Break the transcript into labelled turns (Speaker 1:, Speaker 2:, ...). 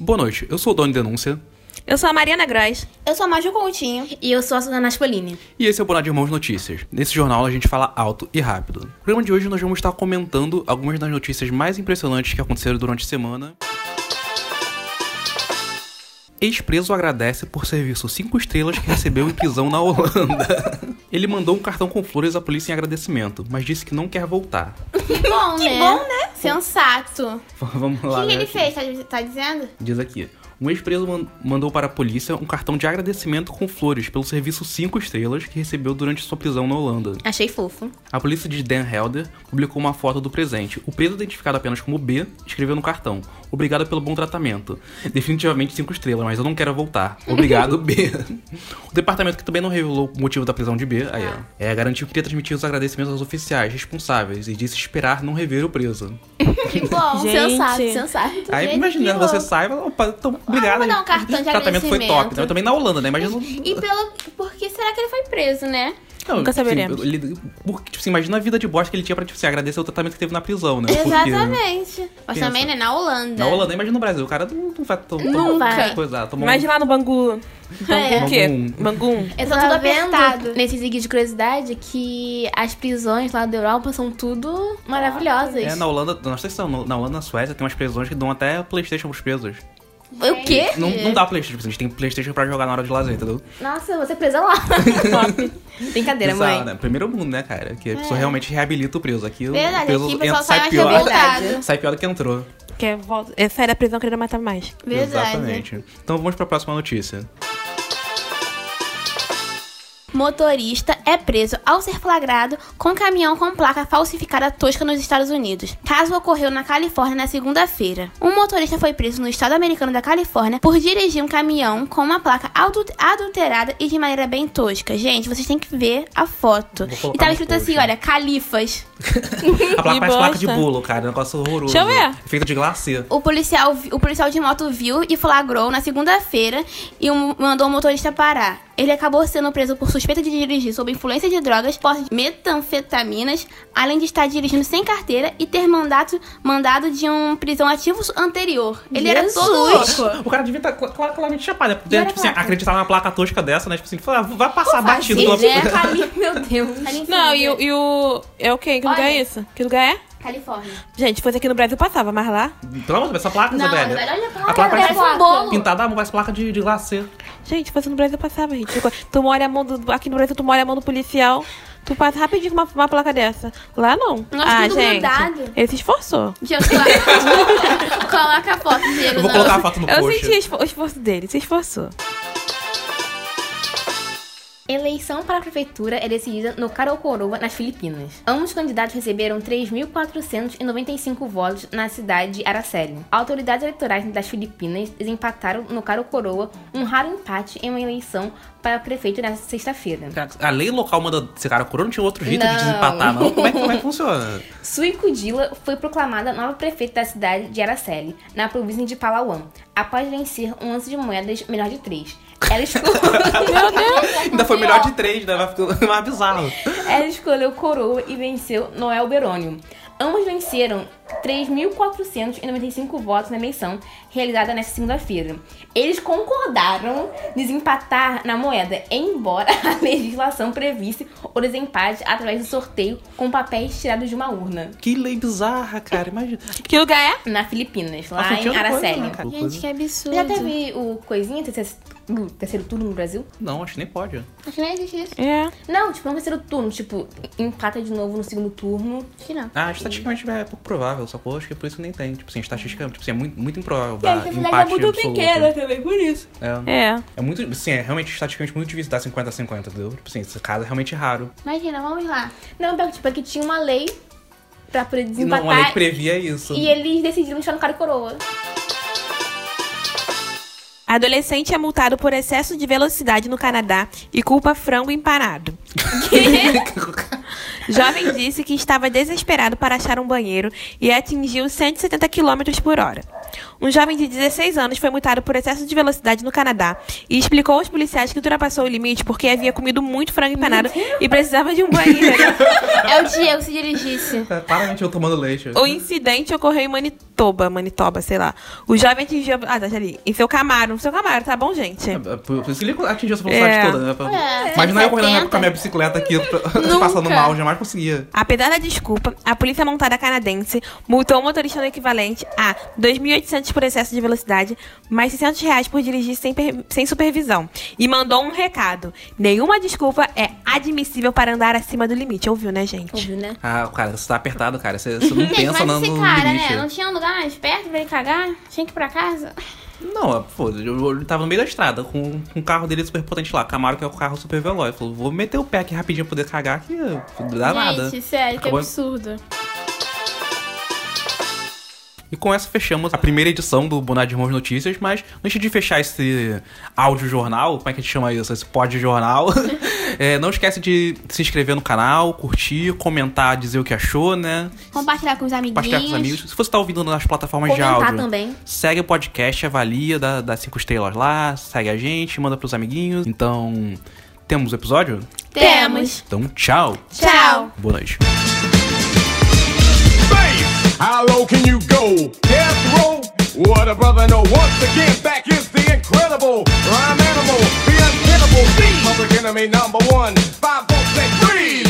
Speaker 1: Boa noite, eu sou o Dono Denúncia
Speaker 2: Eu sou a Mariana Gross.
Speaker 3: Eu sou a Maju Coutinho.
Speaker 4: E eu sou a Suzana Aspolini.
Speaker 1: e esse é o Boná de Irmãos Notícias. Nesse jornal a gente fala alto e rápido. No programa de hoje nós vamos estar comentando algumas das notícias mais impressionantes que aconteceram durante a semana. Ex-preso agradece por serviço 5 estrelas que recebeu em prisão na Holanda. Ele mandou um cartão com flores à polícia em agradecimento, mas disse que não quer voltar.
Speaker 3: Que bom, né? Que bom, né? Sensato.
Speaker 1: Vamos
Speaker 3: O
Speaker 1: lá,
Speaker 3: que, que
Speaker 1: né?
Speaker 3: ele fez? Tá, tá dizendo?
Speaker 1: Diz aqui. Um ex-preso man- mandou para a polícia um cartão de agradecimento com flores pelo serviço 5 estrelas que recebeu durante sua prisão na Holanda.
Speaker 4: Achei fofo.
Speaker 1: A polícia de Dan Helder publicou uma foto do presente. O preso, identificado apenas como B, escreveu no cartão: Obrigado pelo bom tratamento. Definitivamente 5 estrelas, mas eu não quero voltar. Obrigado, B. O departamento que também não revelou o motivo da prisão de B, aí, ó, é, garantiu que iria transmitir os agradecimentos aos oficiais responsáveis e disse esperar não rever o preso.
Speaker 3: Que bom.
Speaker 2: Gente.
Speaker 3: Sensato, sensato.
Speaker 1: Aí
Speaker 3: Gente,
Speaker 1: imagina,
Speaker 3: que
Speaker 1: você
Speaker 3: bom.
Speaker 1: sai e fala, opa, então, obrigado.
Speaker 3: vou dar um
Speaker 1: gente.
Speaker 3: cartão de
Speaker 1: o tratamento foi top.
Speaker 3: agradecimento.
Speaker 1: Né? Também na Holanda, né? Imagina.
Speaker 3: E pelo... Por que será que ele foi preso, né?
Speaker 1: Não,
Speaker 2: Nunca
Speaker 1: assim,
Speaker 2: saberemos.
Speaker 1: ele- porque, tipo assim, imagina a vida de bosta que ele tinha pra tipo, assim, agradecer o tratamento que teve na prisão, né? Porque-
Speaker 3: Exatamente. Mas
Speaker 1: Pensa.
Speaker 3: também, né? Na Holanda.
Speaker 1: Na Holanda, imagina no Brasil. O cara não, não vai tão, tão
Speaker 3: Nunca.
Speaker 1: coisa. ah, Tomou um-
Speaker 2: Mas lá no Bangu.
Speaker 3: É.
Speaker 2: Bangu um. o quê?
Speaker 1: Bangu. um.
Speaker 2: Bangum.
Speaker 3: Eu
Speaker 4: Eu
Speaker 3: tô
Speaker 4: tava
Speaker 3: tudo
Speaker 4: Então, Tá vendo
Speaker 3: apertado.
Speaker 4: nesse zig de curiosidade que as prisões lá da Europa são tudo maravilhosas.
Speaker 1: É, na Holanda, não sei se são, na Holanda, na Suécia, tem umas prisões que dão até Playstation pros presos.
Speaker 4: O quê?
Speaker 1: Não, não dá Playstation, tipo assim, a gente tem Playstation pra jogar na hora de lazer, entendeu?
Speaker 4: Nossa,
Speaker 3: é
Speaker 4: você presa lá. Brincadeira,
Speaker 1: Bizarro,
Speaker 4: mãe.
Speaker 1: né? Primeiro mundo, né, cara? Que a pessoa realmente reabilita o preso. Aqui o
Speaker 3: É. Verdade,
Speaker 1: preso
Speaker 3: aqui o
Speaker 1: entra-
Speaker 3: pessoal sai
Speaker 1: sai
Speaker 3: mais
Speaker 1: pior.
Speaker 3: revoltado.
Speaker 1: Sai pior do que entrou.
Speaker 2: Que volta. É, sai da prisão querendo matar mais.
Speaker 3: Verdade.
Speaker 1: Exatamente. Então vamos pra próxima notícia.
Speaker 3: Motorista é preso ao ser flagrado com caminhão com placa falsificada tosca nos Estados Unidos. Caso ocorreu na Califórnia na segunda-feira. Um motorista foi preso no estado americano da Califórnia por dirigir um caminhão com uma placa adu- adulterada e de maneira bem tosca. Gente, vocês têm que ver a foto.
Speaker 1: Vou colocar
Speaker 3: E tava
Speaker 1: no
Speaker 3: escrito
Speaker 1: post,
Speaker 3: assim,
Speaker 1: né?
Speaker 3: olha, Califas.
Speaker 1: A placa
Speaker 2: Que
Speaker 1: parece placa de
Speaker 2: bosta.
Speaker 1: bolo, cara. Um negócio horroroso.
Speaker 2: Deixa eu ver.
Speaker 1: Feito de glacê.
Speaker 3: O policial, vi- o policial de moto viu e flagrou na segunda-feira e um- mandou o motorista parar. Ele acabou sendo preso por suspeita de dirigir sob influência de drogas, posse de metanfetaminas, além de estar dirigindo sem carteira e ter mandato, mandado de um prisão ativo anterior. Ele era todo
Speaker 4: Jesus!
Speaker 3: louco.
Speaker 1: O cara devia estar cla- cla- claramente chapado, né? Porque,
Speaker 3: Era
Speaker 1: tipo assim,
Speaker 3: placa.
Speaker 1: acreditar numa placa tosca dessa, né? Tipo assim, falar, ah, vai passar batido
Speaker 3: isso,
Speaker 1: pela
Speaker 3: né?
Speaker 4: Cali- Meu Deus.
Speaker 2: Não, e, o- e o. É o quê? Que lugar
Speaker 3: Olha.
Speaker 2: é isso? Que lugar é?
Speaker 3: Califórnia.
Speaker 2: Gente, se fosse aqui no Brasil passava, mas lá.
Speaker 1: Pelo amor de Deus, essa placa, é
Speaker 3: Não,
Speaker 1: Isabelle.
Speaker 3: Isabelle, olha a placa,
Speaker 1: parece
Speaker 3: parece um bolo.
Speaker 1: pintada, ah, parece placa de, de glacê.
Speaker 2: Gente, se fosse no Brasil passava, gente. Tipo, Tu molha a mão do. Aqui no Brasil tu molha a mão do policial. Tu passa rapidinho com uma, uma placa dessa. Lá não.
Speaker 3: Nossa,
Speaker 2: ah,
Speaker 3: tudo
Speaker 2: gente.
Speaker 3: grudado.
Speaker 2: Ele se esforçou.
Speaker 3: Diego, coloca- Coloca a foto, Diego.
Speaker 1: Eu vou
Speaker 3: não.
Speaker 1: colocar a foto no
Speaker 2: Eu
Speaker 1: post.
Speaker 2: senti o esfor- o esforço dele, se esforçou.
Speaker 4: Eleição para a prefeitura é decidida no Carocoroa, nas Filipinas. Ambos candidatos receberam 3.495 votos na cidade de Araceli. Autoridades eleitorais das Filipinas desempataram no Carocoroa um raro empate em uma eleição para prefeito nesta sexta-feira.
Speaker 1: Cara, A lei local manda esse cara coroa, não tinha outro jeito de
Speaker 4: Não.
Speaker 1: desempatar, não. Como é, que- como é que funciona?
Speaker 4: Sui Kudila foi proclamada nova prefeita da cidade de Araceli, na província de Palawan, após vencer um lance de moedas melhor de três. Ela escolheu...
Speaker 1: Ainda foi melhor de três, né? Vai ficando mais bizarro.
Speaker 4: Ela escolheu Coroa e venceu Noel Berônio. Ambos venceram 3.495 votos na eleição realizada nesta segunda-feira. Eles concordaram desempatar na moeda, embora a legislação previsse o desempate através do sorteio com papéis tirados de uma urna.
Speaker 1: Que lei bizarra, cara. Imagina.
Speaker 2: Que lugar é?
Speaker 4: Na Filipinas, lá
Speaker 1: Nossa, não
Speaker 4: em
Speaker 1: tinha outra coisa,
Speaker 4: Araceli.
Speaker 1: né, cara?
Speaker 3: Gente, que absurdo.
Speaker 4: Já teve o coisinha terceiro, do terceiro turno no Brasil?
Speaker 1: Não, acho que nem pode.
Speaker 3: Acho que não existe isso.
Speaker 2: É.
Speaker 4: Não, tipo, não terceiro turno, tipo, empata de novo no segundo turno.
Speaker 3: Acho que não.
Speaker 1: Ah, estatisticamente é pouco provável, só pô, acho que por isso que nem tem. Tipo assim, estatisticamente, tipo assim, é muito, muito improvável. dar Ah,
Speaker 3: "Ah,
Speaker 1: empate absoluto.
Speaker 4: também, por isso.
Speaker 1: É.
Speaker 2: É.
Speaker 1: É muito, assim, é realmente estatisticamente muito difícil dar 50 a 50, entendeu? Tipo assim, esse caso é realmente raro.
Speaker 3: Imagina, vamos lá.
Speaker 4: Não, pior que, tipo, é que tinha uma lei pra poder
Speaker 1: E não, a lei
Speaker 4: desempatar.
Speaker 1: previa isso.
Speaker 4: E eles decidiram deixar no cara e coroa.
Speaker 2: Adolescente é multado por excesso de velocidade no Canadá e culpa frango empanado. Jovem disse que estava desesperado para achar um banheiro e atingiu 170 km por hora. Um jovem de 16 anos foi multado por excesso de velocidade no Canadá e explicou aos policiais que ultrapassou o limite porque havia comido muito frango empanado e precisava de um banheiro.
Speaker 3: É o Diego que se dirigisse.
Speaker 1: É, claramente eu tomando leite.
Speaker 2: O incidente ocorreu em Manitoba, Manitoba, sei lá. O jovem atingiu. Ah, tá ali. Em seu Camaro, no seu Camaro, tá bom, gente?
Speaker 1: É, Por por isso que ele atingiu essa velocidade
Speaker 2: É.
Speaker 1: toda, né?
Speaker 3: É,
Speaker 1: Imagina eu correndo na-
Speaker 3: 70.
Speaker 1: com a minha bicicleta aqui, passando mal, jamais conseguia.
Speaker 2: Apesar da desculpa, a Polícia Montada Canadense multou o motorista no equivalente a 2.800 por excesso de velocidade, mais 600 reais por dirigir sem, per- sem supervisão. E mandou um recado. Nenhuma desculpa é admissível para andar acima do limite. Ouviu, né, gente?
Speaker 4: Ouviu, né?
Speaker 1: Ah, cara, você tá apertado, cara. Você, você não
Speaker 3: Gente,
Speaker 1: pensa
Speaker 3: mas
Speaker 1: no,
Speaker 3: esse
Speaker 1: no
Speaker 3: cara,
Speaker 1: limite.
Speaker 3: né? Não tinha um lugar mais perto pra ele cagar? Tinha que ir pra casa?
Speaker 1: Não, é, pô, eu- ele tava no meio da estrada com, com o carro dele super potente lá, Camaro, que é o carro super veloz. Falou, vou meter o pé aqui rapidinho pra poder cagar, que não dá nada.
Speaker 3: Gente, sério, que
Speaker 1: Acabou-
Speaker 3: absurdo.
Speaker 1: E com essa fechamos a primeira edição do Bonar de Irmãos Notícias, mas antes de fechar esse áudio jornal, como é que a gente chama isso? Esse pod jornal, é, não esquece de se inscrever no canal, curtir, comentar, dizer o que achou, né?
Speaker 3: Compartilhar com os amiguinhos.
Speaker 1: Compartilhar com os amigos. Se você tá ouvindo nas plataformas de
Speaker 4: Comentar
Speaker 1: áudio,
Speaker 4: também.
Speaker 1: segue o podcast, avalia, dá, dá cinco estrelas lá, segue a gente, manda pros amiguinhos. Então, temos o episódio?
Speaker 3: Temos.
Speaker 1: Então, tchau.
Speaker 3: Tchau.
Speaker 1: Boa noite.
Speaker 5: Faith. How low can you go? Death row? What a brother know. Once again, back is the incredible rhyme animal, the untenable, the public enemy number one. Five, four, six, three.